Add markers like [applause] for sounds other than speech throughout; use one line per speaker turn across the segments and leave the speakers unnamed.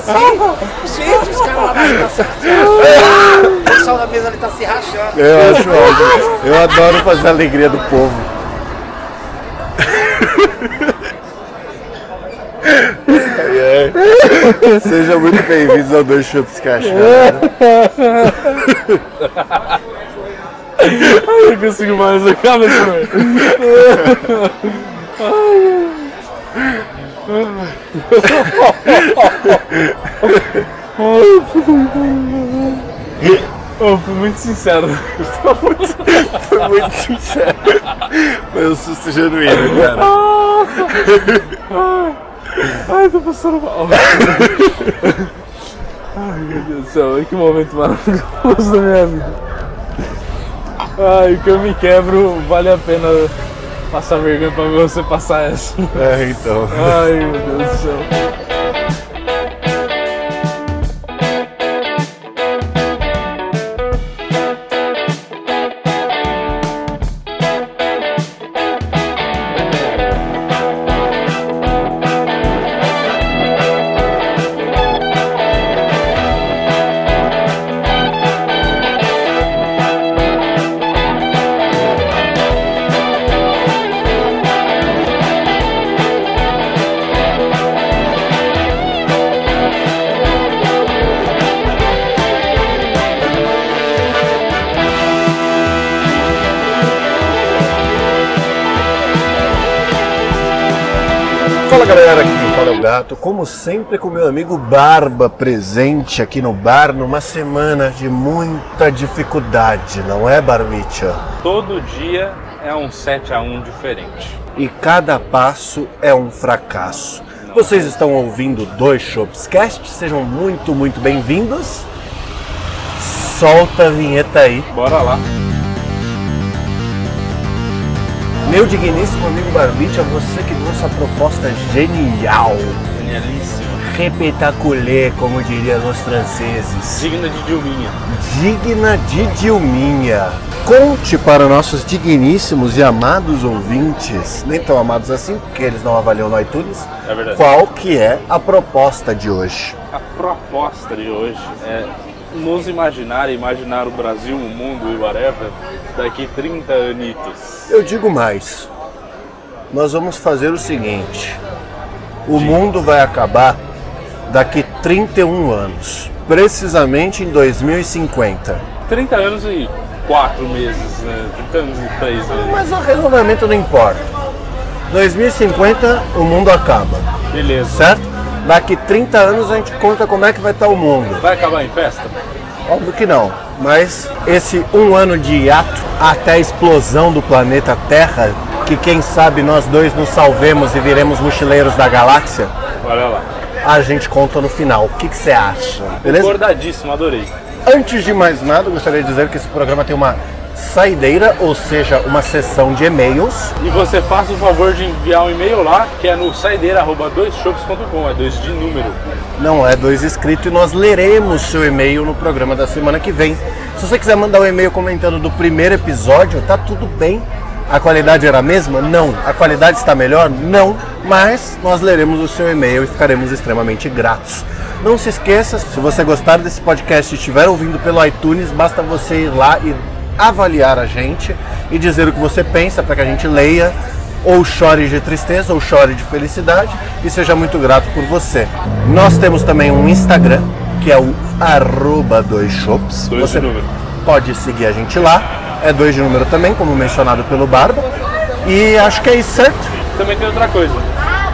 Gente, os caras lá embaixo tá se O pessoal da mesa ali tá se rachando.
Eu acho ótimo. Eu adoro fazer a alegria do povo. Ai, ai. Sejam muito bem-vindos ao Dois Chutes Cachorro.
Eu não consigo mais a cabeça, velho. [laughs] Eu fui muito sincero. [laughs]
Foi muito sincero. Foi um susto genuíno, cara.
Ah! Ai, tô passando mal. Ai, meu Deus do céu, que momento maravilhoso da minha vida. Ai, o que eu me quebro, vale a pena passar vergonha pra você passar essa.
É, então.
Ai, meu Deus do céu.
Fala galera, aqui quem fala é o Gato, como sempre com meu amigo Barba presente aqui no bar numa semana de muita dificuldade, não é Barbicha?
Todo dia é um 7x1 diferente.
E cada passo é um fracasso. Vocês estão ouvindo dois Shopscast, sejam muito, muito bem-vindos. Solta a vinheta aí.
Bora lá.
Meu digníssimo amigo Barbicha, você que trouxe a proposta genial,
Genialíssimo.
repetaculé, como diriam os franceses.
Digna de Dilminha.
digna de Dilminha. Conte para nossos digníssimos e amados ouvintes, nem tão amados assim, porque eles não avaliam no iTunes,
É verdade.
qual que é a proposta de hoje.
A proposta de hoje é nos imaginar, imaginar o Brasil, o mundo e whatever daqui 30 anitos.
Eu digo mais, nós vamos fazer o seguinte, o mundo vai acabar daqui 31 anos, precisamente em 2050.
30 anos e 4 meses, né? 30 anos e 3 anos.
Mas o resolvimento não importa. 2050 o mundo acaba.
Beleza.
certo? Daqui 30 anos a gente conta como é que vai estar o mundo.
Vai acabar em festa?
Óbvio que não, mas esse um ano de hiato até a explosão do planeta Terra, que quem sabe nós dois nos salvemos e viremos mochileiros da galáxia,
Olha lá.
a gente conta no final. O que que você acha? Beleza?
Gordadíssimo, adorei.
Antes de mais nada, eu gostaria de dizer que esse programa tem uma saideira, ou seja, uma sessão de e-mails.
E você faça o favor de enviar um e-mail lá, que é no saideira.doisshops.com, é dois de número.
Não é dois inscritos e nós leremos seu e-mail no programa da semana que vem. Se você quiser mandar um e-mail comentando do primeiro episódio, tá tudo bem. A qualidade era a mesma? Não. A qualidade está melhor? Não. Mas nós leremos o seu e-mail e ficaremos extremamente gratos. Não se esqueça, se você gostar desse podcast e estiver ouvindo pelo iTunes, basta você ir lá e avaliar a gente e dizer o que você pensa para que a gente leia ou chore de tristeza ou chore de felicidade e seja muito grato por você. Nós temos também um Instagram que é o arroba dois shops.
Dois de
Você
número.
pode seguir a gente lá. É dois de número também, como mencionado pelo Barba. E acho que é isso, certo?
Também tem outra coisa,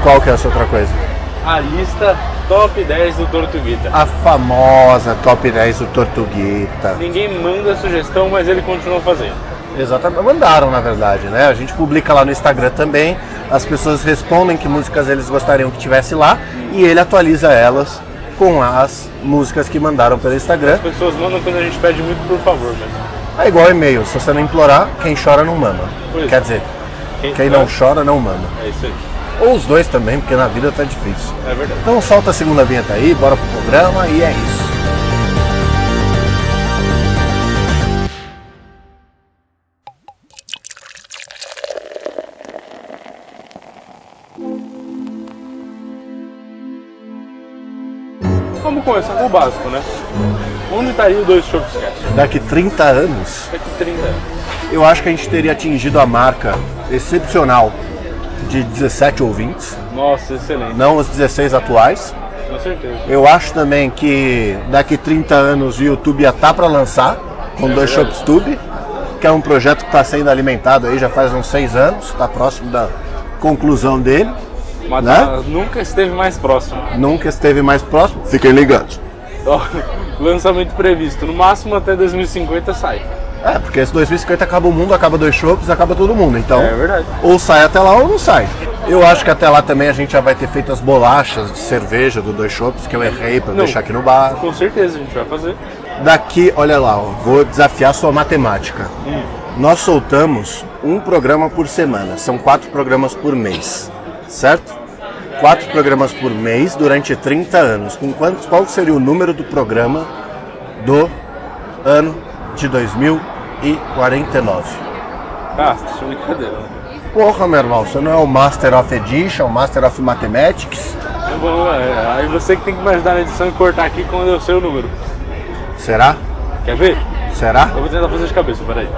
Qual que é essa outra coisa?
a lista top 10 do Tortuguita.
A famosa top 10 do Tortuguita.
Ninguém manda sugestão, mas ele continua fazendo.
Exatamente, mandaram na verdade, né? A gente publica lá no Instagram também, as pessoas respondem que músicas eles gostariam que tivesse lá e ele atualiza elas com as músicas que mandaram pelo Instagram.
As pessoas mandam quando a gente pede muito por favor mesmo.
É igual e-mail, se você não implorar, quem chora não mama.
Pois
Quer
é.
dizer, quem não chora não mama.
É isso aí.
Ou os dois também, porque na vida tá difícil.
É verdade.
Então solta a segunda vinheta aí, bora pro programa e é isso.
Vamos começar com o básico, né? Onde estaria o dois Tá shows cast?
Daqui 30 anos,
Daqui 30 anos.
eu acho que a gente teria atingido a marca excepcional de 17 ouvintes,
Nossa, excelente.
não os 16 atuais.
Com certeza.
Eu acho também que daqui 30 anos o YouTube ia estar para lançar com dois Shops Tube, que é um projeto que está sendo alimentado aí já faz uns seis anos, está próximo da conclusão dele.
Mas
Né?
ah, nunca esteve mais próximo. [laughs]
Nunca esteve mais próximo. Fiquem ligados.
Ó, lançamento previsto. No máximo até 2050 sai.
É, porque esse 2050 acaba o mundo, acaba dois shows, acaba todo mundo. Então,
É verdade.
ou sai até lá ou não sai. Eu acho que até lá também a gente já vai ter feito as bolachas de cerveja do Dois Shops, que eu errei para
Não.
deixar aqui no bar.
Com certeza a gente vai fazer.
Daqui, olha lá, ó, vou desafiar sua matemática. Nós soltamos um programa por semana, são quatro programas por mês, certo? Quatro programas por mês durante 30 anos. Com quantos, qual seria o número do programa do ano de 2049?
Ah, isso é brincadeira. né?
Porra, meu irmão, você não é o Master of Edition, Master of Mathematics?
É bom, é. Aí você que tem que me ajudar na edição e cortar aqui quando eu sei o número.
Será?
Quer ver?
Será?
Eu vou tentar fazer de cabeça, peraí.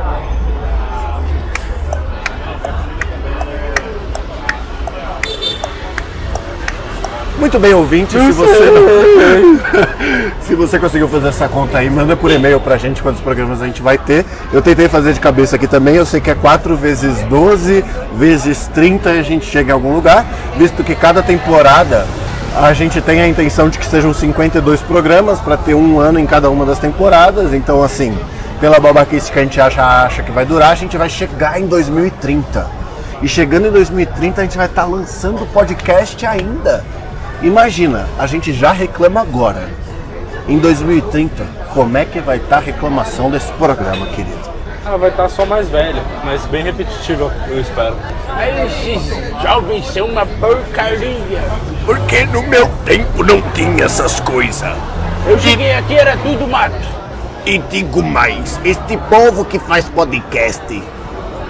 Muito bem, ouvinte, se você não- se você conseguiu fazer essa conta aí, manda por e-mail pra gente quantos programas a gente vai ter. Eu tentei fazer de cabeça aqui também, eu sei que é 4 vezes 12 vezes 30 e a gente chega em algum lugar, visto que cada temporada a gente tem a intenção de que sejam 52 programas para ter um ano em cada uma das temporadas, então assim, pela babaquice que a gente acha, acha que vai durar, a gente vai chegar em 2030. E chegando em 2030 a gente vai estar lançando podcast ainda. Imagina, a gente já reclama agora. Em 2030, como é que vai estar a reclamação desse programa, querido?
Ah, vai estar só mais velho, mas bem repetitiva, eu espero.
Esses jovens são uma porcaria.
Porque no meu tempo não tinha essas coisas.
Eu cheguei aqui era tudo mato.
E digo mais, este povo que faz podcast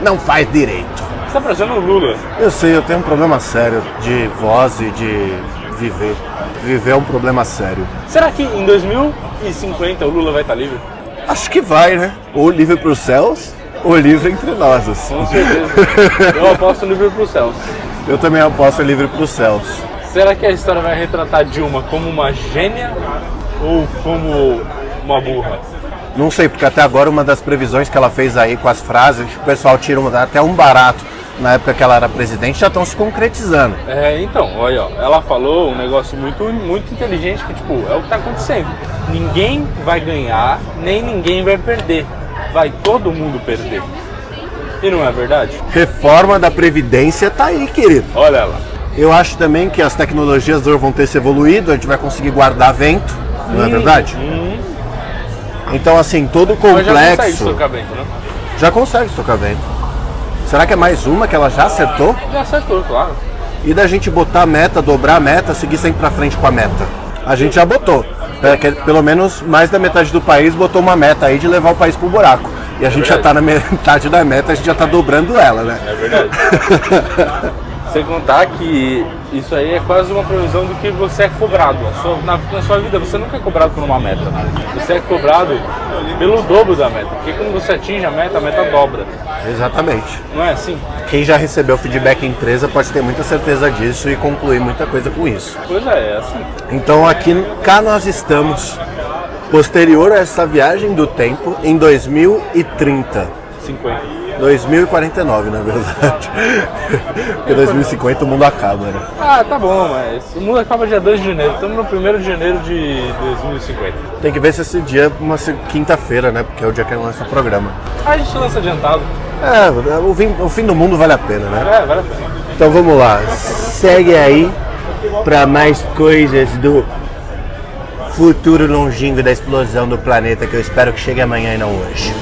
não faz direito.
Você tá parecendo o Lula.
Eu sei, eu tenho um problema sério de voz e de viver. Viver é um problema sério.
Será que em 2050 o Lula vai estar livre?
Acho que vai, né? Ou livre para os céus, ou livre entre nós. assim.
Com certeza. eu aposto livre pro céus.
Eu também aposto livre para os céus.
Será que a história vai retratar Dilma como uma gênia ou como uma burra?
Não sei, porque até agora uma das previsões que ela fez aí com as frases, que o pessoal tira um- até um barato na época que ela era presidente, já estão se concretizando.
É, então, olha, ó, ela falou um negócio muito, muito inteligente que, tipo, é o que tá acontecendo. Ninguém vai ganhar, nem ninguém vai perder. Vai todo mundo perder. E não é verdade?
Reforma da Previdência tá aí, querido.
Olha ela.
Eu acho também que as tecnologias vão ter se evoluído, a gente vai conseguir guardar vento, não é verdade? Então, assim, todo o
Mas já consegue
complexo.
socar bem, né?
Já consegue socar vento. Será que é mais uma que ela já acertou?
Já acertou, claro.
e da gente botar a meta, dobrar a meta, seguir sempre pra frente com a meta. A gente já botou. É, que Pelo menos mais da metade do país botou uma meta aí de levar o país pro buraco. E
É
a gente já tá na [laughs] metade da meta, a gente já tá dobrando ela, né?
É verdade. [laughs] Sem contar que isso aí é quase uma previsão do que você é cobrado. A sua- na, na sua vida, você nunca é cobrado por uma meta. Você é cobrado pelo dobro da meta. Porque quando você atinge a meta, a meta dobra.
Exatamente.
Não é assim?
Quem já recebeu feedback em empresa pode ter muita certeza disso e concluir muita coisa com isso.
Pois é, é assim.
Então aqui cá nós estamos, posterior a essa viagem do tempo, em 2030.
50.
2049, na verdade. [laughs] Porque 2050 o mundo acaba, né?
Ah, tá bom, mas o mundo acaba dia 2 de janeiro. Estamos no 1 de janeiro de 2050.
Tem que ver se esse dia é uma se- quinta-feira, né? Porque é o dia que lança o programa.
Ah, a gente lança adiantado.
É, o fim, o fim do mundo vale a pena, né?
É, vale a pena.
Então vamos lá. Segue aí para mais coisas do futuro longínquo da explosão do planeta que eu espero que chegue amanhã e não hoje.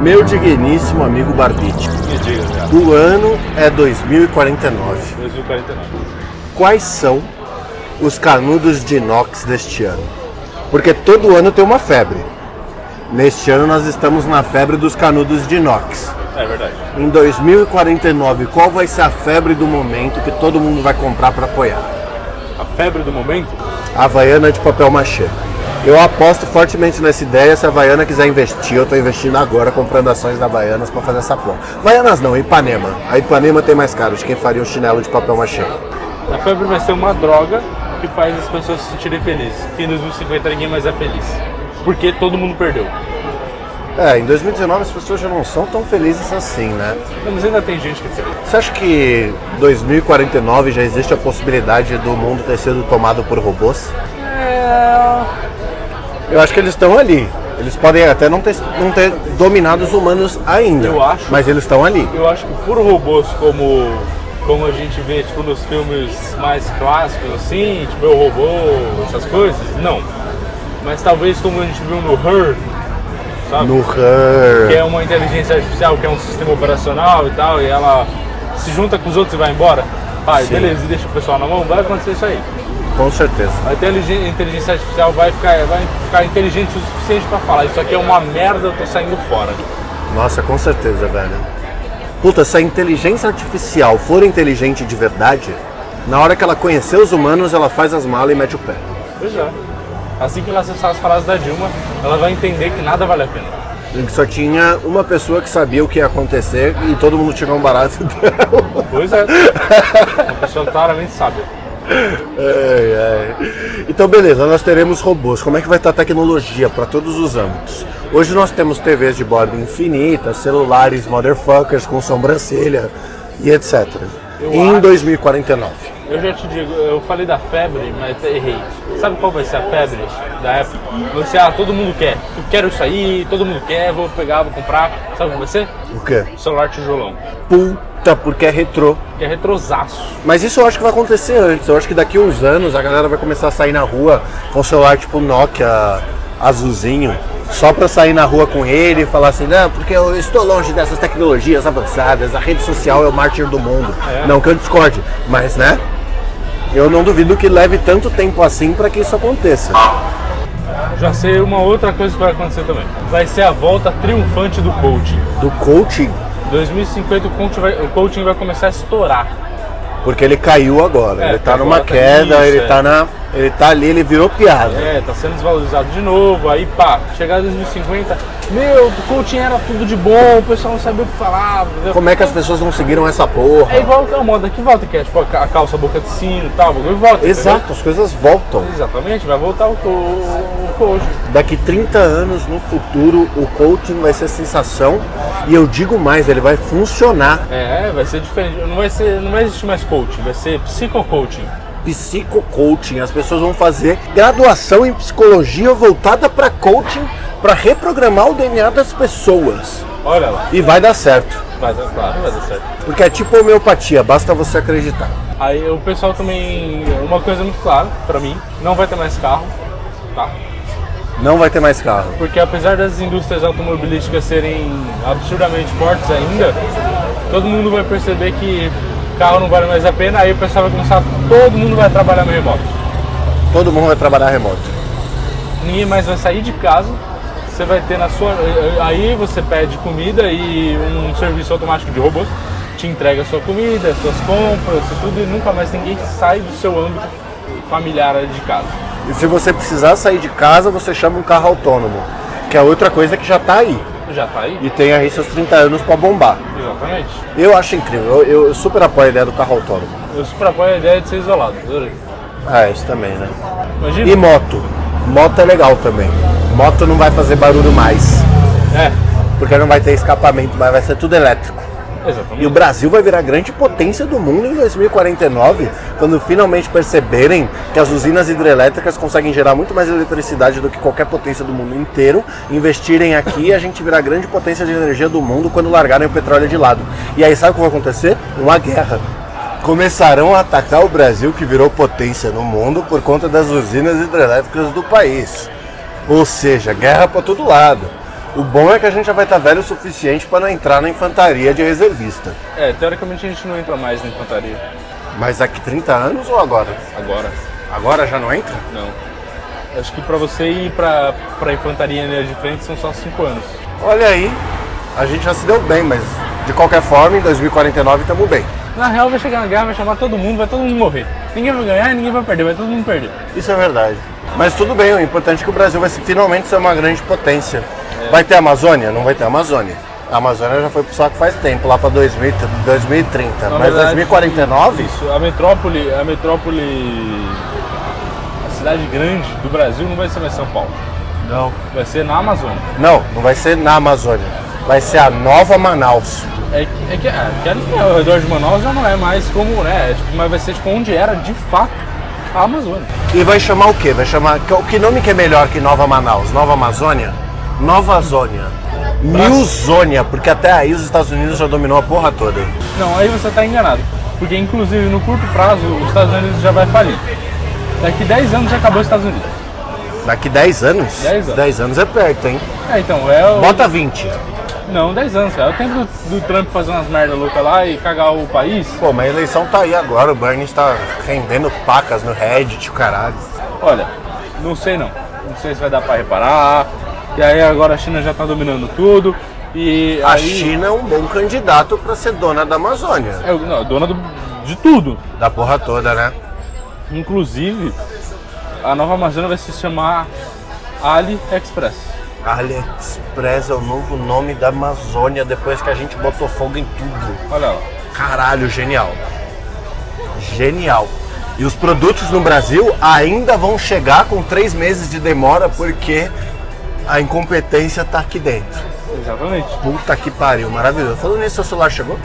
Meu digníssimo amigo Barbite,
Me diga, cara.
o ano é 2049.
2049.
Quais são os canudos de inox deste ano? Porque todo ano tem uma febre. Neste ano nós estamos na febre dos canudos de inox.
É verdade.
Em 2049, qual vai ser a febre do momento que todo mundo vai comprar para apoiar?
A febre do momento?
Havaiana de papel machê. Eu aposto fortemente nessa ideia. Se a Havaiana quiser investir, eu estou investindo agora comprando ações da Havaianas para fazer essa porra. Havaianas não, Ipanema. A Ipanema tem mais caro de quem faria um chinelo de papel machê.
A febre vai ser uma droga que faz as pessoas se sentirem felizes. Porque em 2050 ninguém mais é feliz. Porque todo mundo perdeu.
É, em 2019 as pessoas já não são tão felizes assim, né?
Mas ainda tem gente que é feliz.
Você acha que 2049 já existe a possibilidade do mundo ter sido tomado por robôs?
É.
Eu acho que eles estão ali. Eles podem até não ter, não ter dominado os humanos ainda.
Eu acho.
Mas eles estão ali.
Eu acho que por robôs como, como a gente vê tipo, nos filmes mais clássicos, assim, tipo Eu Robô, essas coisas, não. Mas talvez como a gente viu no Her, sabe?
No her.
Que é uma inteligência artificial, que é um sistema operacional e tal, e ela se junta com os outros e vai embora. Pai,
Sim.
beleza, e deixa o pessoal na mão, vai acontecer isso aí.
Com certeza.
A inteligen- inteligência artificial vai ficar, vai ficar inteligente o suficiente pra falar, isso aqui é uma merda, eu tô saindo fora.
Nossa, com certeza, velho. Puta, se a inteligência artificial for inteligente de verdade, na hora que ela conhecer os humanos, ela faz as malas e mete o pé.
Pois é. Assim que ela acessar as frases da Dilma, ela vai entender que nada vale a pena.
E Só tinha uma pessoa que sabia o que ia acontecer e todo mundo tirou um barato [laughs] dela.
Pois é. Uma pessoa claramente sábia.
Ai, ai. Então, beleza, nós teremos robôs. Como é que vai estar a tecnologia para todos os âmbitos? Hoje nós temos TVs de borda infinita, celulares, motherfuckers com sobrancelha e etc.
Eu
em
acho-
2049.
Eu já te digo, eu falei da febre, mas errei. Sabe qual vai ser a febre da época? Você, ah, todo mundo quer. Eu quero isso aí, todo mundo quer, vou pegar, vou comprar. Sabe como vai ser?
O quê?
Celular tijolão.
é Puta, porque é retrô.
Que é retrosaço.
Mas isso eu acho que vai acontecer antes. Eu acho que daqui uns anos a galera vai começar a sair na rua com o celular tipo Nokia azulzinho. Só pra sair na rua com ele e falar assim, não, porque eu estou longe dessas tecnologias avançadas, a rede social é o mártir do mundo.
É.
Não que eu discorde, mas né? Eu não duvido que leve tanto tempo assim pra que isso aconteça.
Já sei uma outra coisa que vai acontecer também. Vai ser a volta triunfante do coaching.
Do coaching,
2050 o coaching vai, o coaching vai começar a estourar.
porque ele caiu agora.
É,
ele tá
agora
numa
tá
queda,
nisso,
ele
é.
tá na. Ele tá ali, ele virou piada.
É, tá sendo desvalorizado de novo, aí pá, chegar em 2050, meu, o coaching era tudo de bom, o pessoal não sabia o que falava, entendeu?
Como é que as pessoas não seguiram essa porra?
É igual a moda que volta, que é tipo a ca- a calça boca de sino e tal, o bagulho volta.
Exato, as coisas voltam.
entendeu? Exatamente, vai voltar o, co- o coaching.
Daqui 30 anos no futuro, o coaching vai ser sensação. E eu digo mais, ele vai funcionar.
É, vai ser diferente, não vai, ser, não vai existir mais coaching, vai ser psicocoaching.
Psicocoaching, as pessoas vão fazer graduação em psicologia voltada para coaching, para reprogramar o DNA das pessoas.
Olha lá,
E vai dar certo,
vai dar, claro, vai dar certo.
porque é tipo homeopatia, basta você acreditar.
Aí o pessoal também, uma coisa muito clara pra mim, não vai ter mais carro, tá?
Não vai ter mais carro.
Porque apesar das indústrias automobilísticas serem absurdamente fortes ainda, todo mundo vai perceber que carro não vale mais a pena, aí o pessoal vai começar, todo mundo vai trabalhar no remoto.
Todo mundo vai trabalhar remoto.
Ninguém mais vai sair de casa, você vai ter na sua. Aí você pede comida e um serviço automático de robôs te entrega a sua comida, as suas compras e tudo, e nunca mais ninguém sai do seu âmbito familiar de casa.
E se você precisar sair de casa, você chama um carro autônomo, que é outra coisa que já tá aí.
Já tá aí?
E tem aí seus 30 anos para bombar.
Exatamente.
Eu acho incrível, eu, eu super apoio a ideia do carro autônomo.
Eu super apoio a ideia de ser isolado. adorei.
Ah, isso também, né?
Imagina.
E moto. Moto é legal também. Moto não vai fazer barulho mais,
É,
porque não vai ter escapamento, mas vai ser tudo elétrico. E
exatamente.
o Brasil vai virar a grande potência do mundo em 2049, quando finalmente perceberem que as usinas hidrelétricas conseguem gerar muito mais eletricidade do que qualquer potência do mundo inteiro, investirem aqui e a gente virar a grande potência de energia do mundo quando largarem o petróleo de lado. E aí sabe o que vai acontecer? Uma guerra. Começarão a atacar o Brasil, que virou potência no mundo, por conta das usinas hidrelétricas do país. Ou seja, guerra para todo lado. O bom é que a gente já vai estar velho o suficiente para não entrar na infantaria de reservista.
É, teoricamente a gente não entra mais na infantaria.
Mas daqui 30 anos ou agora?
Agora,
Agora já não entra?
não. Acho que pra você ir pra, pra infantaria linha de frente são só 5 anos.
Olha aí, a gente já se deu bem, mas de qualquer forma, em 2049 estamos bem.
Na real, vai chegar na guerra, vai chamar todo mundo, vai todo mundo morrer. Ninguém vai ganhar, ninguém vai perder, vai todo mundo perder.
Isso é verdade. Mas tudo bem, o importante é que o Brasil vai se- finalmente ser uma grande potência.
É.
Vai ter Amazônia? Não vai ter Amazônia. A Amazônia já foi pro saco faz tempo, lá para 2030.
Na
mas
verdade,
2049?
Isso, a metrópole, a metrópole, a cidade grande do Brasil não vai ser mais São Paulo. Não. Vai ser na Amazônia.
Não, não vai ser na Amazônia. Vai ser a nova Manaus.
É que, é que, é, que ali ao redor de Manaus já não é mais como, né? é tipo, mas vai ser tipo onde era de fato a Amazônia.
E vai chamar o quê? Vai chamar. que- Que nome que é melhor que Nova Manaus? Nova Amazônia? Nova Zônia. New Zônia, porque até aí os Estados Unidos já dominou a porra toda.
Não, aí você tá enganado. Porque inclusive no curto prazo os Estados Unidos já vai falir. Daqui 10 anos já acabou os Estados Unidos.
Daqui 10 anos?
10 anos.
é perto, hein?
É, então, é o.
Bota 20.
Não, 10 anos, cara. É o tempo do, do Trump fazer umas merda louca lá e cagar o país.
Pô, mas a eleição tá aí agora, o Bernie está rendendo pacas no Reddit, o caralho.
Olha, não sei não. Não sei se vai dar pra reparar. E aí agora a China já tá dominando tudo. E
A
aí-
China é um bom candidato pra ser dona da Amazônia.
É, não, é dona do- de tudo.
Da porra toda, né?
Inclusive, a nova Amazônia vai se chamar AliExpress.
AliExpress é o novo nome da Amazônia depois que a gente botou fogo em tudo.
Olha lá.
Caralho, genial. Genial. E os produtos no Brasil ainda vão chegar com três meses de demora porque a incompetência tá aqui dentro.
Exatamente.
Puta que pariu, maravilhoso. Falando nisso, seu celular chegou?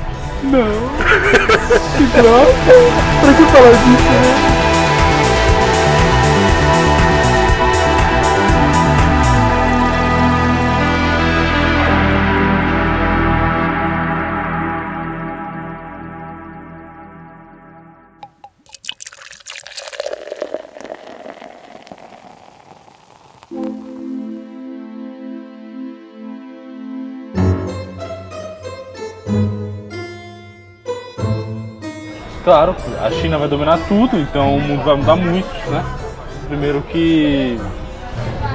Claro, a China vai dominar tudo, então o mundo vai mudar muito, né? Primeiro que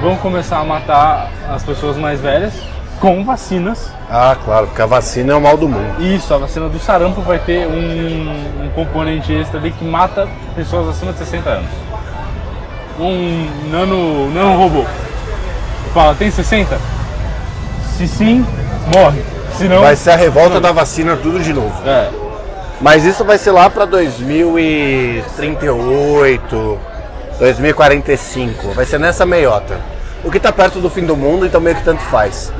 vão começar a matar as pessoas mais velhas com vacinas.
Ah, claro, porque a vacina é o mal do mundo.
Isso, a vacina do sarampo vai ter um, um componente extra ali que mata pessoas acima de 60 anos. Um nano, nano robô. Fala, tem 60? Se sim, morre. Se não.
Vai ser a revolta da vacina tudo de novo.
É,
Mas isso vai ser lá pra 2038, 2045. Vai ser nessa meiota. O que tá perto do fim do mundo, então meio que tanto faz.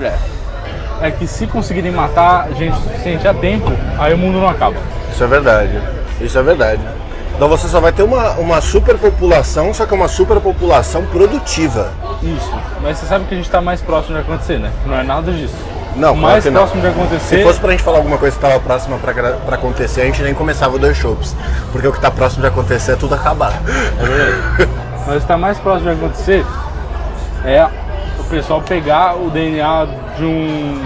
é que se conseguirem matar gente o suficiente a tempo, aí o mundo não acaba.
Isso é verdade. Isso é verdade. Então você só vai ter uma, uma superpopulação, só que é uma superpopulação produtiva.
Isso. Mas você sabe que a gente tá mais próximo de acontecer, né? Não é nada disso.
Não,
O
claro
mais
que não.
próximo de acontecer.
Se fosse pra gente falar alguma coisa que tava próxima pra, gra- pra acontecer, a gente nem começava o dois shows. Porque o que tá próximo de acontecer é tudo acabar.
Mas está mais próximo de acontecer é o pessoal pegar o DNA de um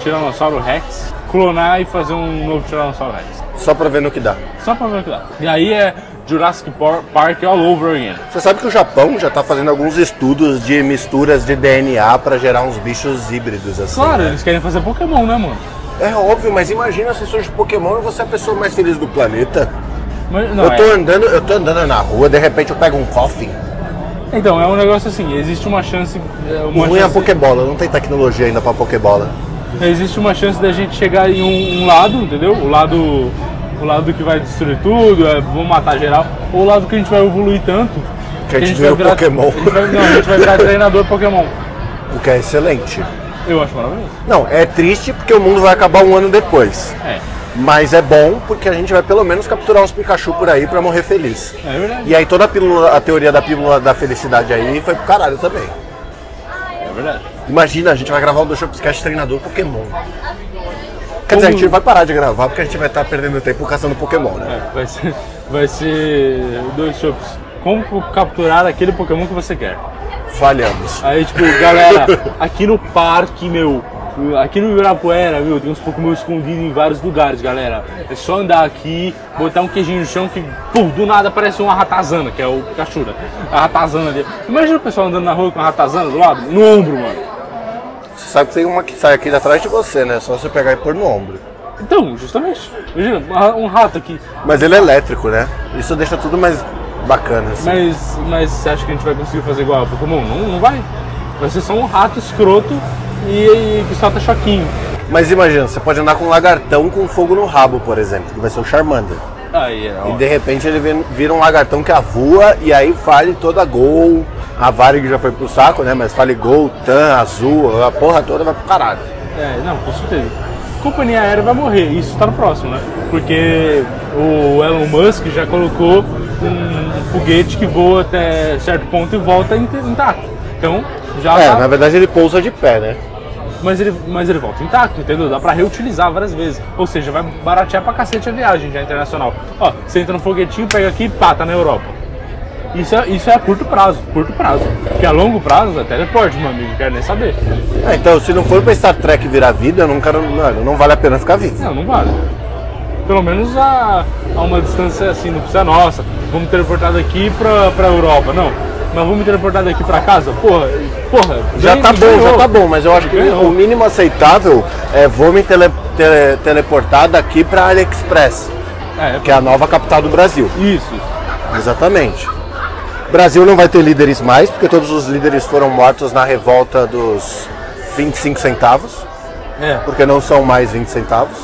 Tiranossauro Rex, clonar e fazer um novo Tiranossauro Rex.
Só pra ver no que dá.
Só pra ver o que dá. E aí é Jurassic Por- Park all over again.
Você sabe que o Japão já tá fazendo alguns estudos de misturas de DNA pra gerar uns bichos híbridos assim.
Claro,
né?
eles querem fazer Pokémon, né, mano?
É óbvio, mas imagina se surge Pokémon e você é a pessoa mais feliz do planeta.
Mas, não,
eu tô
é.
andando, eu tô andando na rua, de repente eu pego um coffin.
Então, é um negócio assim, existe uma chance. é,
O
Uma
ruim é a
chance
Pokébola, não tem tecnologia ainda pra Pokébola.
existe uma chance da gente chegar em um, um lado, entendeu? O lado o lado que vai destruir tudo, é, vão matar geral, ou o lado que a gente vai evoluir tanto
Que a gente vira
vai virar
Pokémon.
a gente vai- não, a gente
[laughs]
vai virar treinador Pokémon.
O que é excelente.
Eu acho maravilhoso.
Não, é triste porque o mundo vai acabar um ano depois.
É,
Mas é bom porque a gente vai pelo menos capturar uns Pikachu por aí pra morrer feliz.
é verdade.
E aí toda a, pílula- a teoria da pílula da felicidade aí foi pro caralho também.
É verdade.
Imagina, a gente vai gravar o do Shopscast treinador Pokémon. Quer dizer, a gente vai parar de gravar porque a gente vai estar perdendo tempo caçando Pokémon, né?
É, vai ser vai ser dois shows. Como capturar aquele Pokémon que você quer?
falhamos.
Aí, tipo, galera, aqui no parque, meu, aqui no Ibirapuera, meu, tem uns Pokémon escondidos em vários lugares, galera. É só andar aqui, botar um queijinho no chão que, pum, do nada aparece uma ratazana, que é o Pikachu, né? A ratazana ali. Imagina o pessoal andando na rua com a ratazana do lado, no ombro, mano.
Você sabe que tem uma que sai aqui atrás de você, né? É só você pegar e pôr no ombro.
Então, justamente, imagina, um ra- um rato aqui.
Mas ele é elétrico, né? Isso deixa tudo mais bacana, assim.
Mas, mas você acha que a gente vai conseguir fazer igual a Pokémon? Não, não vai. Vai ser só um rato escroto e, e que solta choquinho.
Mas imagina, você pode andar com um lagartão com fogo no rabo, por exemplo, que vai ser o Charmander.
Aí, é
E de repente ele vem- vira um lagartão que avua e aí vale toda gol. A Varig já foi pro saco, né? Mas fale gol, tan, azul, a porra toda vai pro caralho.
É, não, com certeza. Companhia aérea vai morrer, isso tá no próximo, né? Porque o Elon Musk já colocou um foguete que voa até certo ponto e volta inte- intacto. Então, já
É,
tá-
na verdade ele pousa de pé, né?
mas, ele, mas ele volta intacto, entendeu? Dá pra reutilizar várias vezes. Ou seja, vai baratear pra cacete a viagem já internacional. Ó, você entra no foguetinho, pega aqui e pá, tá na Europa. Isso é, isso é a curto prazo, curto prazo. Porque a longo prazo é teleporte, meu amigo, quero nem saber.
É, então, se não for pra Star Trek virar vida, eu não quero. Mano, não vale a pena ficar vivo.
Não, não vale. Pelo menos a, a uma distância assim, não precisa nossa. Vamos teleportar daqui pra, pra Europa, não. Mas vamos teleportar daqui pra casa? Porra, porra.
Já
vem
tá
e
bom, já
ganhou.
tá bom, mas eu acho que
Ganhou.
o mínimo aceitável é vou me tele- tele- teleportar daqui pra AliExpress,
É,
que é a nova capital do Brasil.
isso.
Exatamente. Brasil não vai ter líderes mais, porque todos os líderes foram mortos na revolta dos 25 centavos,
É,
porque não são mais 20 centavos.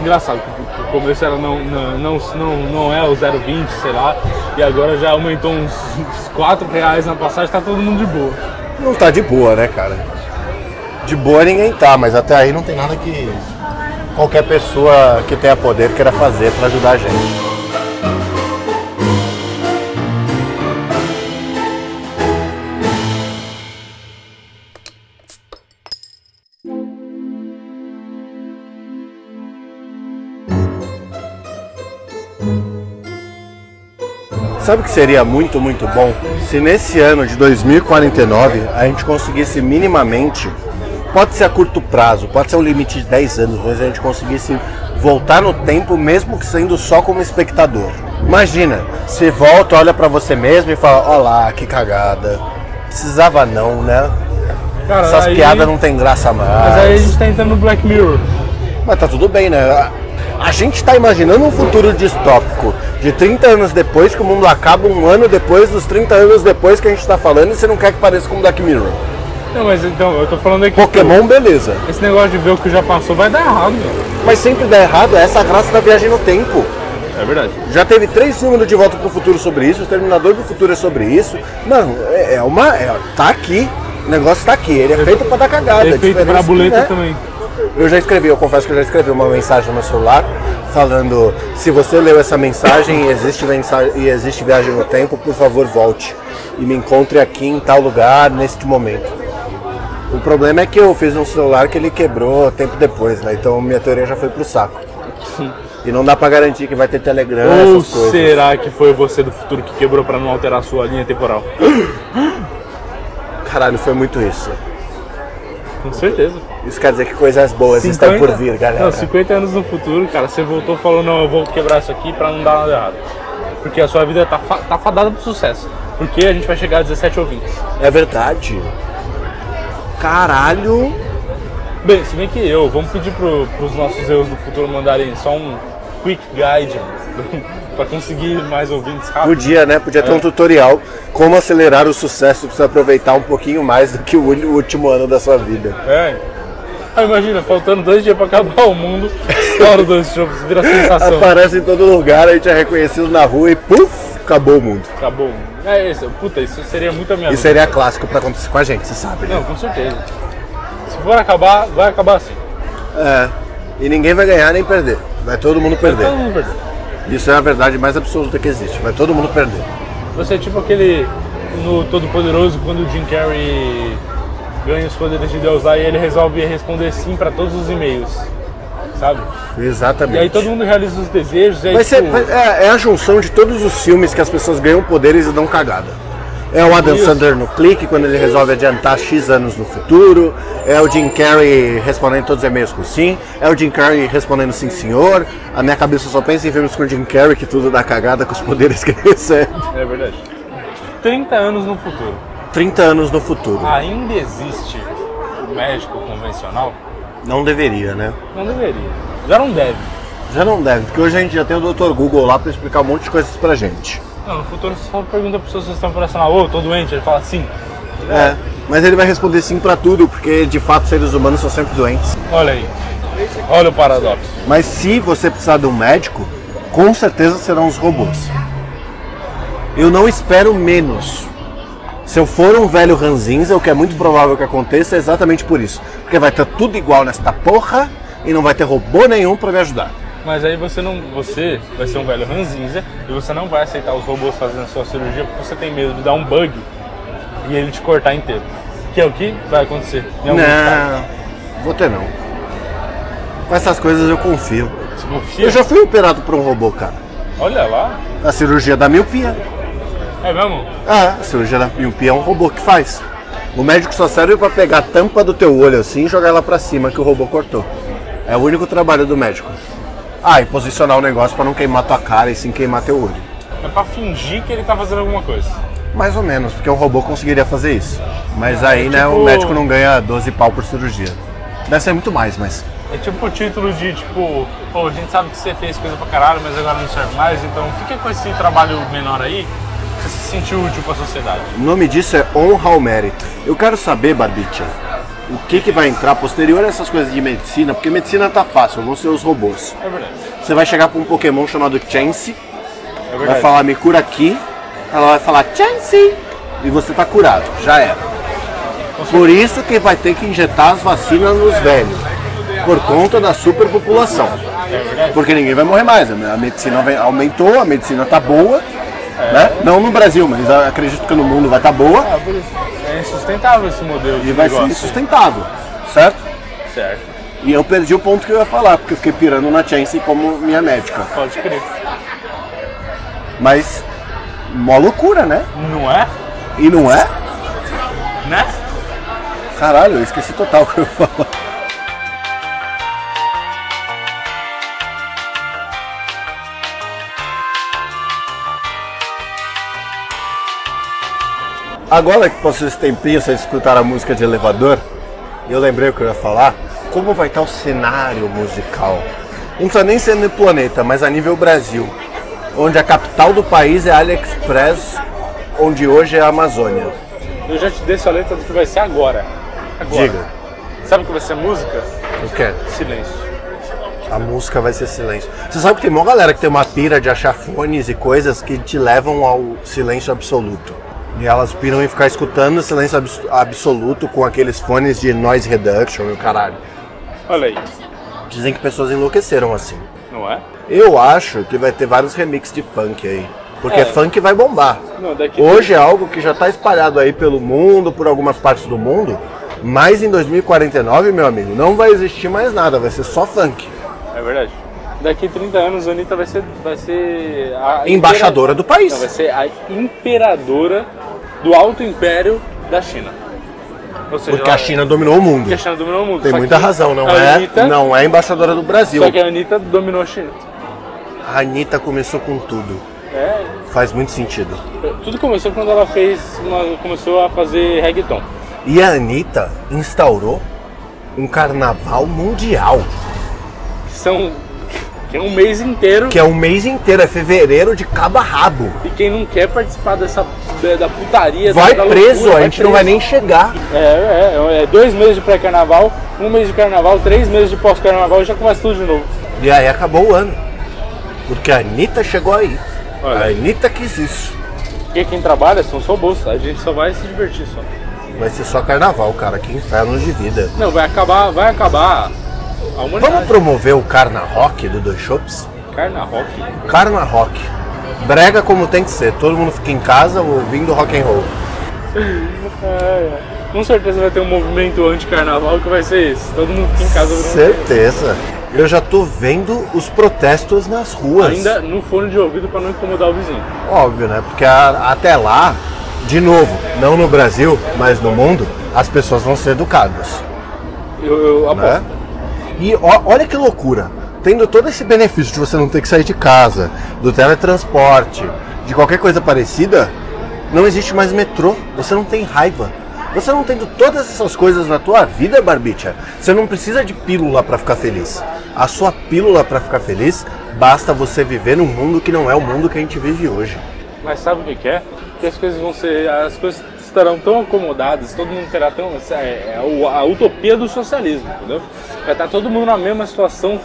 engraçado. que- que No começo era não, não, não, não, não é o 0,20, sei lá. E agora já aumentou uns, uns 4 reais na passagem, tá todo mundo de boa.
Não tá de boa, né, cara? De boa ninguém tá, mas até aí não tem nada que qualquer pessoa que tenha poder queira fazer pra ajudar a gente. Sabe o que seria muito, muito bom? Se nesse ano de 2049 a gente conseguisse minimamente, pode ser a curto prazo, pode ser um limite de 10 anos, mas a gente conseguisse voltar no tempo, mesmo que sendo só como espectador. Imagina, você volta, olha pra você mesmo e fala: Olá, que cagada. Precisava não, né?
Cara,
Essas
aí-
piadas não tem graça mais.
Mas aí a gente tá entrando no Black Mirror.
Mas tá tudo bem, né? A- A gente tá imaginando um futuro distópico de 30 anos depois que o mundo acaba, um ano depois dos 30 anos depois que a gente tá falando e você não quer que pareça com Black Mirror.
Não, mas então, eu tô falando aqui.
Pokémon, beleza.
Esse negócio de ver o que já passou vai dar errado, meu.
Mas sempre dá errado, essa é a graça da viagem no tempo.
É verdade.
Já teve três filmes do De Volta pro Futuro sobre isso, o Terminador do Futuro é sobre isso. Mano, é, é uma. é- tá aqui. O negócio tá aqui. Ele é feito pra dar cagada. é
Efeito
diferente
pra
que,
buleta
né?
também.
Eu já escrevi, eu confesso que eu já escrevi uma mensagem no meu celular falando se você leu essa mensagem e existe, mensa- e existe viagem no tempo, por favor volte e me encontre aqui em tal lugar neste momento. O problema é que eu fiz um celular que ele quebrou tempo depois, né? Então minha teoria já foi pro saco. E não dá pra garantir que vai ter Telegram,
Ou
É, essas coisas.
será que foi você do futuro que quebrou pra não alterar a sua linha temporal?
Caralho, foi muito isso.
Com certeza.
Isso quer dizer que coisas boas estão por vir, galera.
Não, 50 anos no futuro, cara, você voltou e falou, não, eu vou quebrar isso aqui pra não dar nada errado. Porque a sua vida tá, fa- tá fadada pro sucesso. Porque a gente vai chegar a 17 ouvintes.
É verdade. Caralho.
Bem, se bem que eu, vamos pedir pro, pros nossos erros do futuro mandarem só um quick guide [laughs] pra conseguir mais ouvintes rápido.
Podia, né? Podia ter um tutorial como acelerar o sucesso pra você aproveitar um pouquinho mais do que o ul- o último ano da sua vida.
É. Ah, imagina, faltando dois dias pra acabar o mundo, estoura dois shows, vira sensação.
Aparece em todo lugar, a gente é reconhecido na rua e puf, acabou o mundo.
Acabou. É isso, puta, isso seria muito a minha
Isso
vida.
seria clássico pra acontecer com a gente, você sabe, né?
Não, com certeza. Se for acabar, vai acabar assim.
É. E ninguém vai ganhar nem perder. Vai todo mundo perder.
Todo mundo perdeu.
Isso é a verdade mais absoluta que existe. Vai todo mundo perder.
Você é tipo aquele no Todo Poderoso quando o Jim Carrey ganha os poderes de Deus lá e ele resolve responder sim pra todos os e-mails. Sabe? E
Exatamente.
aí todo mundo realiza os desejos e aí
Vai ser,
tipo,
vai- é, é a junção de todos os filmes que as pessoas ganham poderes e dão cagada. É o Adam Sandler no clique, quando ele resolve adiantar X anos no futuro. É o Jim Carrey respondendo todos os e-mails com sim. É o Jim Carrey respondendo sim, senhor. A minha cabeça só pensa em filmes com o Jim Carrey, que tudo dá cagada com os poderes que ele recebe.
É verdade. 30 anos no futuro.
30 anos no futuro.
Ainda existe o médico convencional?
Não deveria, né?
Não deveria. Já um não deve.
Já não deve, porque hoje a gente já tem o Dr. Google lá pra explicar um monte de coisas pra gente.
Não, no futuro você só pergunta pra pessoa se estão operacional. Ô, tô doente. Ele fala sim.
É. Mas ele vai responder sim pra tudo, porque de fato seres humanos são sempre doentes.
Olha aí. Olha o paradoxo.
Mas se você precisar de um médico, com certeza serão os robôs. Eu não espero menos. Se eu for um velho ranzinza, o que é muito provável que aconteça é exatamente por isso. Porque vai estar tudo igual nesta porra e não vai ter robô nenhum pra me ajudar.
Mas aí você não. Você vai ser um velho ranzinza e você não vai aceitar os robôs fazendo a sua cirurgia porque você tem medo de dar um bug e ele te cortar inteiro. Que é o que vai acontecer. em alguns casos.
Não, vou ter não. Com essas coisas eu confio.
Você confia?
Eu já fui operado por um robô, cara.
Olha lá.
A cirurgia da miopia.
É mesmo?
Ah, a cirurgia da miopia é um robô que faz. O médico só serve pra pegar a tampa do teu olho assim e jogar ela pra cima que o robô cortou. É o único trabalho do médico. Ah, e posicionar o negócio pra não queimar tua cara e sim queimar teu olho.
É pra fingir que ele tá fazendo alguma coisa.
Mais ou menos, porque um robô conseguiria fazer isso. Mas aí, né, o
tipo-
médico não ganha 12 pau por cirurgia. Deve ser muito mais, mas.
É tipo o título de tipo, pô, a gente sabe que você fez coisa pra caralho, mas agora não serve mais, então fica com esse trabalho menor aí, pra você se sentir útil pra sociedade.
O nome disso é honra ao mérito. Eu quero saber, Barbicha, o que, que vai entrar posterior a essas coisas de medicina, porque medicina tá fácil, vão ser os robôs.
É verdade.
Você vai chegar pra um Pokémon chamado Chance,
É
vai
verdade.
falar me cura aqui, ela vai falar Chance e você tá curado, já era. Por isso que vai ter que injetar as vacinas nos velhos, por conta da superpopulação.
É
Porque ninguém vai morrer mais, né? a medicina vem- aumentou, a medicina tá boa, né? Não no Brasil, mas ah, acredito que no mundo vai estar boa
Ah, por isso. É. É insustentável esse modelo de
e vai ser
negócio.
insustentável, certo?
Certo.
E eu perdi o ponto que eu ia falar, porque eu fiquei pirando na Chance como minha médica.
Pode crer.
Mas, mó loucura, né?
Não é?
E não é?
Né?
Caralho, eu esqueci total o que eu ia falar. Agora que passou esse tempinho, vocês escutaram a música de elevador, eu lembrei o que eu ia falar. Como vai estar o cenário musical? Não precisa nem ser no planeta, mas a nível Brasil, onde a capital do país é AliExpress, onde hoje é a Amazônia.
Eu já te dei sua letra do que vai ser agora. Agora.
Diga,
Sabe o que vai ser música?
o que é?
Silêncio.
A música vai ser silêncio. Você sabe que tem uma galera que tem uma pira de achar fones e coisas que te levam ao silêncio absoluto. E elas piram em ficar escutando silêncio abs- absoluto com aqueles fones de noise reduction e o caralho.
Olha aí.
Dizem que pessoas enlouqueceram assim.
Não é?
Eu acho que vai ter vários remixes de funk aí. Porque
É.
funk vai bombar.
Não, daqui.
Hoje é algo que já está espalhado aí pelo mundo, por algumas partes do mundo. Mas em 2049, meu amigo, não vai existir mais nada, vai ser só funk.
É verdade. Daqui 30 anos a Anitta vai ser. Vai ser a
Embaixadora do país.
Não, Então, vai ser a imperadora do alto império da China. Ou seja,
Porque
ela-
a China dominou o mundo.
porque a China dominou o mundo.
Tem
Só
muita
que
razão, não
a
é?
Anitta-
Não é embaixadora do Brasil.
Só que a Anitta dominou a China.
A Anitta começou com tudo.
É,
Faz muito sentido.
tudo começou quando ela fez. uma- começou a fazer reggaeton.
E a Anitta instaurou um carnaval mundial,
Que são. Que é um mês inteiro.
que é um mês inteiro, é fevereiro de cabo a rabo.
E quem não quer participar dessa. da putaria. da-
Vai
tá da
preso,
loucura,
a gente não vai
preso.
nem chegar.
É, é, é dois meses de pré-carnaval, um mês de carnaval, três meses de pós-carnaval e já começa tudo de novo.
E aí acabou o ano. Porque a Anitta chegou aí.
Olha.
A Anitta quis isso.
Porque quem trabalha são só bolsa, a gente só vai se divertir só.
Vai ser só carnaval, cara. Que inferno de vida.
Não, vai acabar, vai acabar a
Vamos
humanidade. é
promover o Carna Rock do Dois Shops?
Carna rock.
Carna Rock. Brega como tem que ser. Todo mundo fica em casa ouvindo rock and roll.
É, é. Com certeza vai ter um movimento anti-carnaval que vai ser esse. Todo mundo fica em casa ouvindo.
Certeza. Eu já tô vendo os protestos nas ruas.
Ainda no fone de ouvido pra não incomodar o vizinho.
Óbvio, né? Porque a- até lá de novo, não no Brasil, mas no mundo, as pessoas vão ser educadas.
Eu, eu aposto.
né? E ó- olha que loucura. Tendo todo esse benefício de você não ter que sair de casa, do teletransporte, de qualquer coisa parecida, não existe mais metrô. Você não tem raiva. Você não tendo todas essas coisas na tua vida, Barbicha, você não precisa de pílula para ficar feliz. A sua pílula para ficar feliz basta você viver num mundo que não é o mundo que a gente vive hoje.
Mas sabe o que, que é? Que as coisas vão ser. As coisas estarão tão acomodadas, todo mundo terá tão. É, é o- a utopia do socialismo, entendeu? Vai estar todo mundo na mesma situação,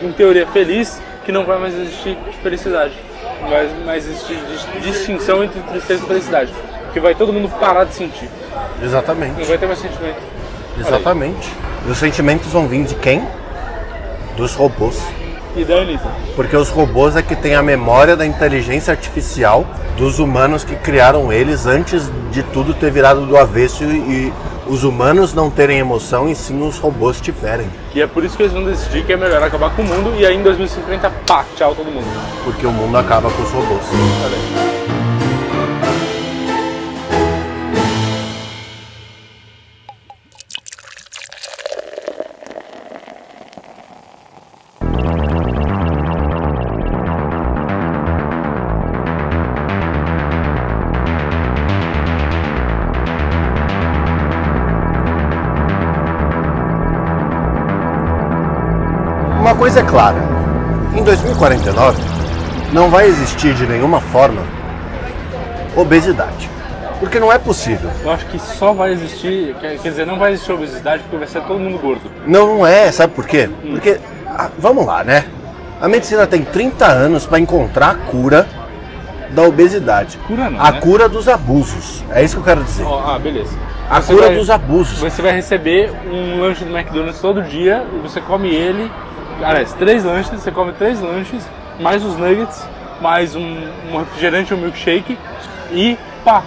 em teoria feliz, que não vai mais existir felicidade. Não vai mais existir dis- distinção entre tristeza e felicidade. Porque vai todo mundo parar de sentir.
Exatamente.
Não vai ter mais sentimento.
Exatamente. E os sentimentos vão vir de quem? Dos robôs.
E da Anitta.
Porque os robôs é que têm a memória da inteligência artificial dos humanos que criaram eles antes de tudo ter virado do avesso e os humanos não terem emoção e sim os robôs tiverem.
E é por isso que eles vão decidir que é melhor acabar com o mundo e aí em 2050, pá, tchau todo mundo.
Porque o mundo acaba com os robôs. Uma coisa é clara: em 2049 não vai existir de nenhuma forma obesidade. Porque não é possível.
Eu acho que só vai existir, quer quer dizer, não vai existir obesidade porque vai ser todo mundo gordo.
Não, não é, sabe por quê? Porque, ah, vamos lá, né? A medicina tem 30 anos para encontrar a cura da obesidade.
Cura não,
A
né?
cura dos abusos. É isso que eu quero dizer.
Ó, ah, beleza.
A
Você
cura
vai-
dos abusos.
Você vai receber um lanche do McDonald's todo dia e você come ele. Aliás, três lanches, você come três lanches, mais os nuggets, mais um, um refrigerante, um milkshake e pá!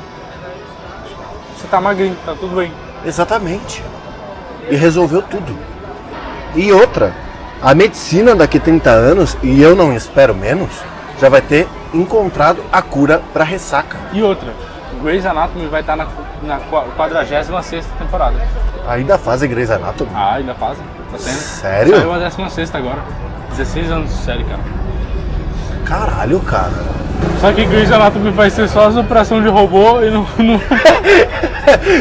Você tá magrinho, tá tudo bem.
Exatamente. E resolveu tudo. E outra, a medicina daqui 30 anos, e eu não espero menos, já vai ter encontrado a cura para ressaca.
E outra, Grey's Anatomy vai estar na, na 46 temporada.
Ainda faz a Grey's Anatomy.
Ah, ainda fazem? Tá tendo?
Sério?
Saiu a 16 agora. 16 anos de série, cara.
Caralho, cara.
Só que Grey's Anatomy vai ser só as operações de robô e não- [laughs] não...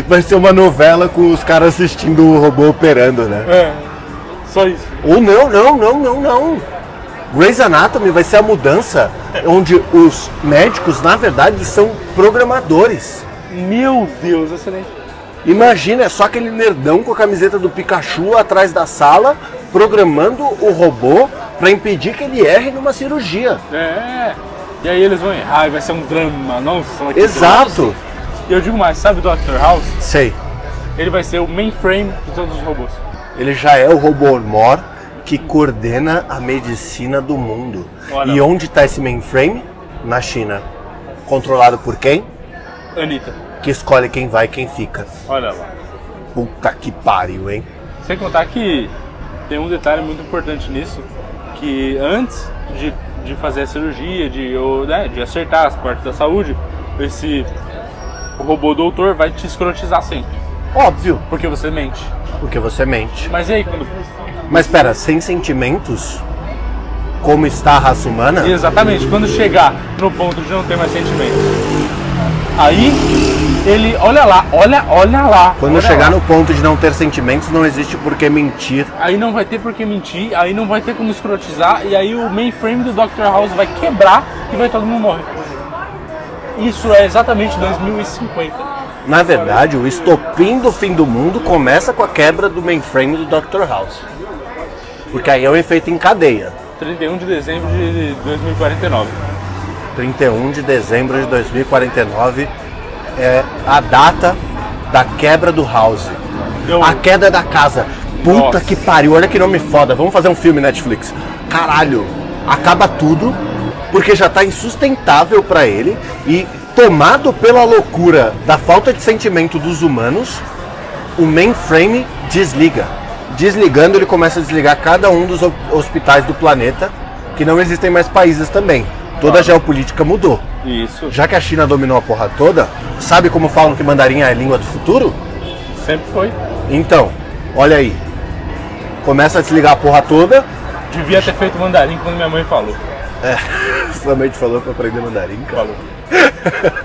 Vai ser uma novela com os caras assistindo o robô operando, né?
É, só isso.
Ou não, não, não, não, não. Grey's Anatomy vai ser a mudança onde os médicos, na verdade, são programadores.
Meu Deus, excelente.
Imagina, é só aquele nerdão com a camiseta do Pikachu atrás da sala, programando o robô para impedir que ele erre numa cirurgia.
É. E aí eles vão errar e vai ser um drama, nossa. que
Exato.
drama. E eu digo mais, sabe o Dr. House?
Sei,
Ele vai ser o mainframe de todos os robôs.
ele já é o robô Mor que coordena a medicina do mundo.
Olha.
E onde está esse mainframe? Na China. Controlado por quem?
Anitta,
Que escolhe quem vai e quem fica.
olha lá.
Puta que pariu, hein?
Sem contar que tem um detalhe muito importante nisso, que antes de, de fazer a cirurgia, de, ou, né, de acertar as partes da saúde, esse robô doutor vai te escrotizar sempre,
Óbvio,
porque você mente.
porque você mente.
Mas e aí quando...
Mas pera, sem sentimentos, como está a raça humana?
Exatamente, quando chegar no ponto de não ter mais sentimento. Aí ele, olha lá, olha, olha lá.
Quando
olha
chegar
lá.
no ponto de não ter sentimentos, não existe por que mentir.
Aí não vai ter por que mentir, aí não vai ter como escrotizar, e aí o mainframe do Dr. House vai quebrar e vai todo mundo morrer. Isso é exatamente 2050.
Na verdade, o estopim do fim do mundo começa com a quebra do mainframe do Dr. House. Porque aí é um efeito em cadeia.
31 de dezembro de 2049.
31 de dezembro de 2049 é a data da quebra do House.
Eu-
A queda da casa. Puta
Nossa.
que pariu, olha que nome foda. Vamos fazer um filme Netflix. Caralho, acaba tudo porque já tá insustentável pra ele e tomado pela loucura da falta de sentimento dos humanos, o mainframe desliga. Desligando, ele começa a desligar cada um dos ho- hospitais do planeta, que não existem mais países também. Toda a geopolítica mudou.
Isso.
Já que a China dominou a porra toda, sabe como falam que mandarim é a língua do futuro?
Sempre foi.
Então, olha aí. Começa a desligar a porra toda.
Devia ter feito mandarim quando minha mãe falou.
Sua mãe te falou pra aprender mandarim, cara.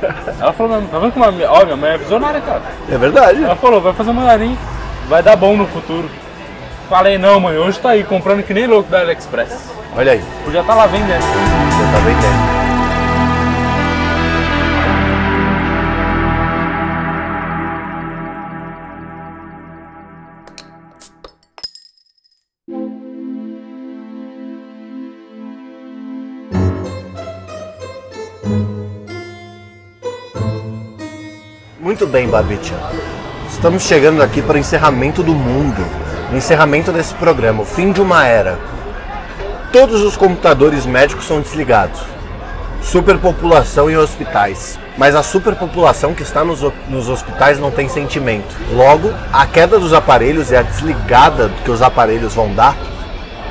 [laughs]
Falou. Ela falou, "Mano, tá vendo como a minha. Ó, minha mãe é visionária, cara.
É verdade.
Ela falou, vai fazer mandarim, vai dar bom no futuro. Falei, não, mãe, hoje tá aí comprando que nem louco da AliExpress.
Olha aí.
Já tá lá vendendo.
Você tá vendendo. Muito bem, Babitia. Estamos chegando aqui para o encerramento do mundo, o encerramento desse programa, o fim de uma era. Todos os computadores médicos são desligados. Superpopulação em hospitais. Mas a superpopulação que está nos, ho- nos hospitais não tem sentimento. Logo, a queda dos aparelhos e a desligada que os aparelhos vão dar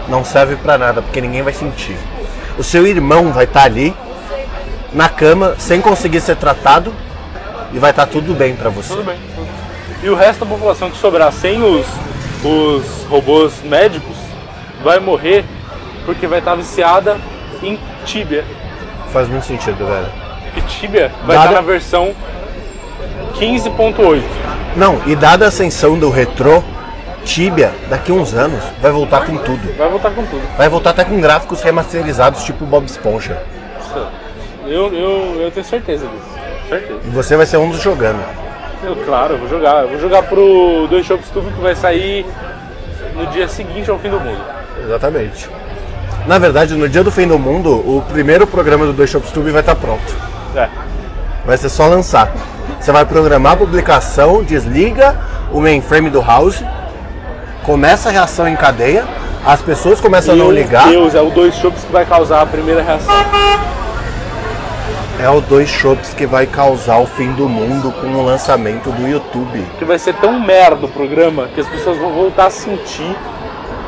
não serve para nada, porque ninguém vai sentir. O seu irmão vai estar ali, na cama, sem conseguir ser tratado, e vai estar tudo bem para você.
Tudo bem. E o resto da população que sobrar sem os, os robôs médicos vai morrer porque vai estar viciada em Tibia.
Faz muito sentido, velho.
E Tibia vai
Nada-
estar na versão 15.8.
Não, e dada a ascensão do retrô, Tibia, daqui uns anos, vai voltar com tudo.
Vai voltar com tudo.
Vai voltar até com gráficos remasterizados, tipo Bob Esponja.
Eu, eu, eu tenho certeza disso. Certeza.
E você vai ser um dos jogando.
Eu, claro, eu vou jogar. Eu vou jogar pro Dois Shops Tube que vai sair no dia seguinte ao fim do mundo.
Exatamente. Na verdade, no dia do fim do mundo, o primeiro programa do Dois Shops Tube vai estar pronto.
É.
Vai ser só lançar. Você vai programar a publicação, desliga o mainframe do House, começa a reação em cadeia, as pessoas começam a Tá não
Meu
ligar.
Deus, é o Dois Shops que vai causar a primeira reação.
É o dois shops que vai causar o fim do mundo com o lançamento do YouTube.
que vai ser tão merda o programa que as pessoas vão voltar a sentir.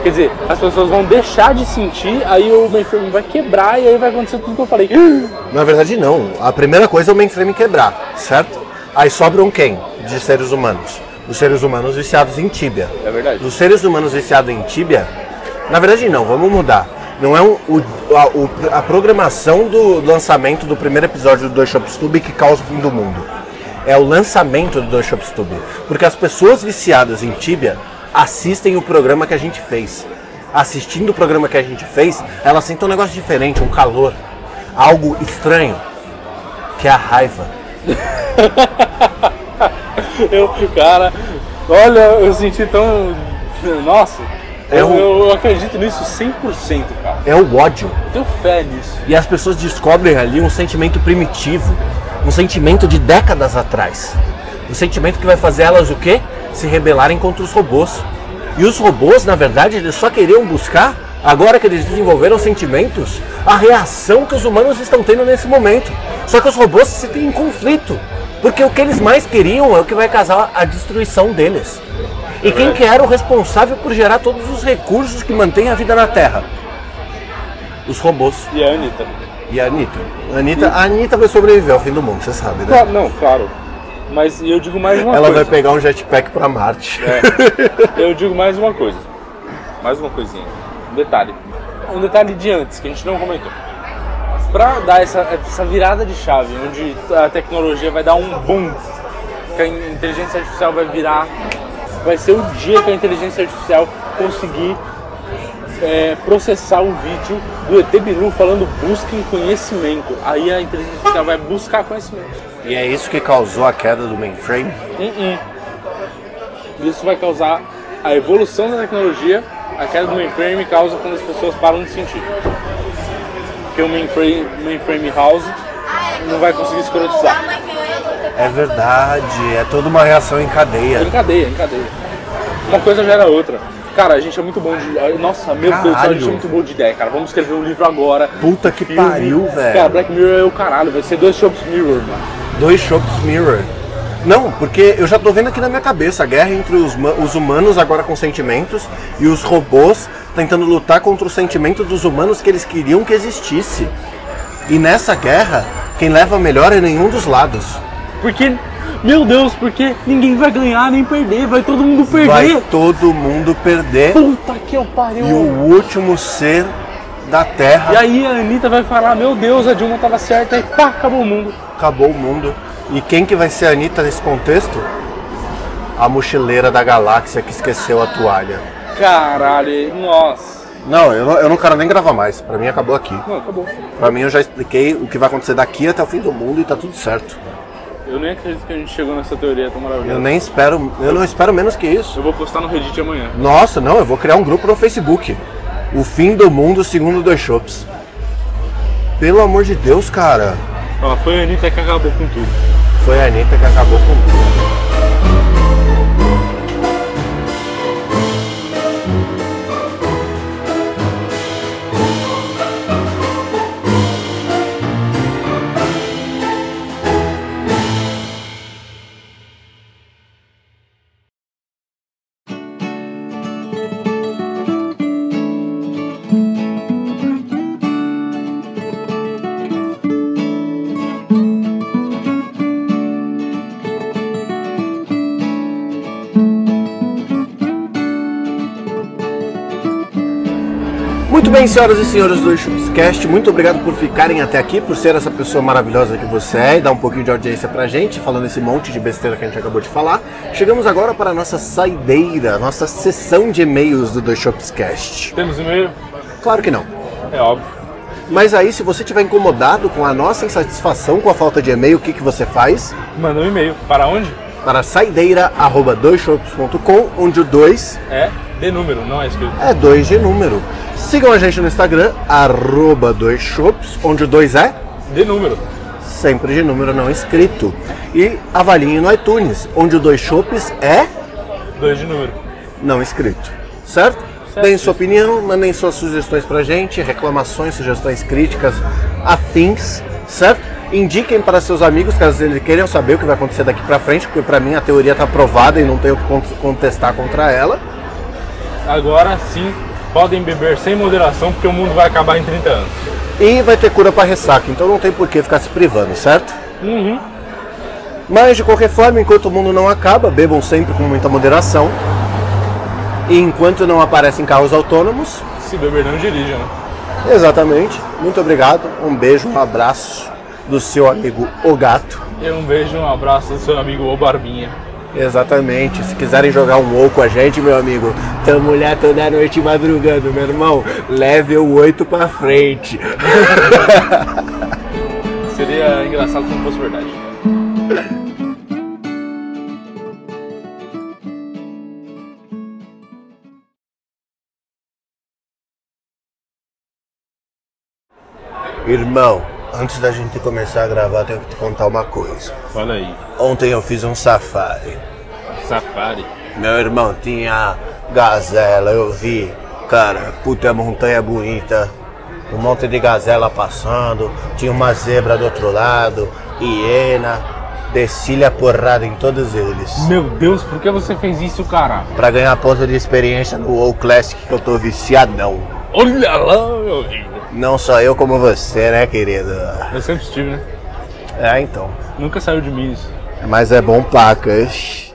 Quer dizer, as pessoas vão deixar de sentir, aí o mainframe vai quebrar e aí vai acontecer tudo que eu
[laughs]
falei.
Na verdade não. A primeira coisa é o mainframe quebrar, certo? Aí sobram quem? De seres humanos. Os seres humanos viciados em tíbia.
É verdade.
Dos seres humanos viciados em tíbia, na verdade não, vamos mudar. Não é um- o, a, o- a programação do lançamento do primeiro episódio do Dois Shops Tube que causa o fim do mundo. É o lançamento do Dois Shops Tube. Porque as pessoas viciadas em tíbia assistem o programa que a gente fez. Assistindo o programa que a gente fez, elas sentem um negócio diferente, um calor, algo estranho, que é a raiva.
Eu, cara, olha, eu senti tão. Nossa,
É
eu,
um-
eu acredito nisso 100%, cara.
É o ódio.
Eu tenho fé nisso.
E as pessoas descobrem ali um sentimento primitivo, um sentimento de décadas atrás. Um sentimento que vai fazer elas o quê? Se rebelarem contra os robôs. E os robôs, na verdade, eles só queriam buscar, agora que eles desenvolveram sentimentos, a reação que os humanos estão tendo nesse momento. Só que os robôs se têm em conflito. Porque o que eles mais queriam é o que vai causar a destruição deles. E quem que era o responsável por gerar todos os recursos que mantêm a vida na Terra? Os robôs.
E a Anitta?
E a Anitta? A Anitta, a Anitta vai sobreviver ao fim do mundo, você sabe, né?
Claro, não, claro. Mas eu digo mais uma
Ela vai
coisa.
pegar um jetpack pra Marte.
Eu digo mais uma coisa. Mais uma coisinha. Um detalhe. Um detalhe de antes que a gente não comentou. Pra dar essa, essa virada de chave, onde a tecnologia vai dar um boom, que a inteligência artificial vai virar. Vai ser o dia que a inteligência artificial conseguir é, processar o vídeo do ET Bilu falando busquem conhecimento. Aí a inteligência artificial vai buscar conhecimento.
E é isso que causou a queda do mainframe?
Isso vai causar a evolução da tecnologia, a queda do mainframe causa quando as pessoas param de sentir. Porque o mainframe, mainframe house não vai conseguir escrotizar.
É verdade, é toda uma reação em cadeia.
Em cadeia, em cadeia. é Uma coisa gera outra. Cara, a gente é muito bom de. ai, Nossa, meu Deus do céu, a gente
Caralho.
é muito bom de ideia, cara. Vamos escrever um livro agora.
Puta que
Filme.
pariu,
Cara,
velho.
Black Mirror é o caralho, vai ser dois shops Mirror, mano.
Dois Shops Mirror. Não, porque eu já tô vendo aqui na minha cabeça a guerra entre os, ma- os humanos agora com sentimentos e os robôs tentando lutar contra o sentimento dos humanos que eles queriam que existisse. E nessa guerra, quem leva melhor é nenhum dos lados.
Porque, meu Deus, porque ninguém vai ganhar nem perder, vai todo mundo perder.
Vai todo mundo perder
Puta que eu pariu.
e o último ser da Terra
E aí a Anitta vai falar, meu Deus, a Dilma tava certa, aí pá, acabou o mundo.
acabou o mundo. E quem que vai ser a Anitta nesse contexto? A mochileira da galáxia que esqueceu a toalha.
Caralho, nossa.
Não, eu não, eu não quero nem gravar mais. Pra mim acabou aqui.
Não, acabou.
Pra mim eu já expliquei o que vai acontecer daqui até o fim do mundo e tá tudo certo.
Eu nem acredito que a gente chegou nessa teoria tão
Eu
maravilhosa.
nem espero, eu não espero menos que isso.
Eu vou postar no Reddit amanhã.
Nossa, não, eu vou criar um grupo no Facebook. O fim do mundo segundo dois shops. Pelo amor de Deus, cara.
Ó, foi a Anitta que acabou com tudo.
Foi a Anitta que acabou com tudo. Muito bem, senhoras e senhores do Chupscast, muito obrigado por ficarem até aqui, por ser essa pessoa maravilhosa que você é e dar um pouquinho de audiência pra gente, falando esse monte de besteira que a gente acabou de falar. Chegamos agora para a nossa saideira, nossa sessão de e-mails do Dois Shopscast.
Temos e-mail?
Claro que não.
É óbvio.
Mas aí, se você estiver incomodado com a nossa insatisfação com a falta de e-mail, o que, que você faz?
Manda um e-mail. Para onde?
Para saideira.doisshops.com, onde o 2
É de número, não é escrito.
é 2 de número. Sigam a gente no Instagram, arroba 2shops, onde o 2 é
De número.
sempre de número não escrito. E avaliem no iTunes, onde o Dois Shops é
Dois de número.
não escrito. Certo? Deem sua opinião, mandem suas sugestões pra gente, reclamações, sugestões, críticas, afins, certo? Indiquem para seus amigos, caso eles queiram saber o que vai acontecer daqui pra frente, porque pra mim a teoria tá aprovada e não tenho o que con- contestar contra ela.
Agora sim, podem beber sem moderação, porque o mundo vai acabar em 30 anos.
E vai ter cura pra ressaca, então não tem por que ficar se privando, certo?
Uhum.
Mas de qualquer forma, enquanto o mundo não acaba, bebam sempre com muita moderação. E enquanto não aparecem carros autônomos,
Se beber não dirija, né?
exatamente. Muito obrigado, um beijo, um abraço do seu amigo O Gato.
E um beijo, um abraço do seu amigo O Barbinha.
Exatamente. Se quiserem jogar um ou com a gente, meu amigo, tamo lá toda noite madrugando, meu irmão. Level 8 pra frente.
Seria engraçado se não fosse verdade.
Irmão, antes da gente começar a gravar, tenho que te contar uma coisa.
Olha aí,
Ontem eu fiz um safari.
safari.
Meu irmão tinha gazela, eu vi. Cara, puta montanha bonita. Um monte de gazela passando. Tinha uma zebra do outro lado. Hiena. Desci-lhe a porrada em todos eles.
Meu Deus, por que você fez isso, cara?
Pra ganhar ponto de experiência no WoW Classic que eu tô viciadão.
Olha lá, meu amigo.
Não só eu como você, né, querido?
Eu sempre estive, né?
É, então.
Nunca saiu de mim isso.
Mas é bom placas.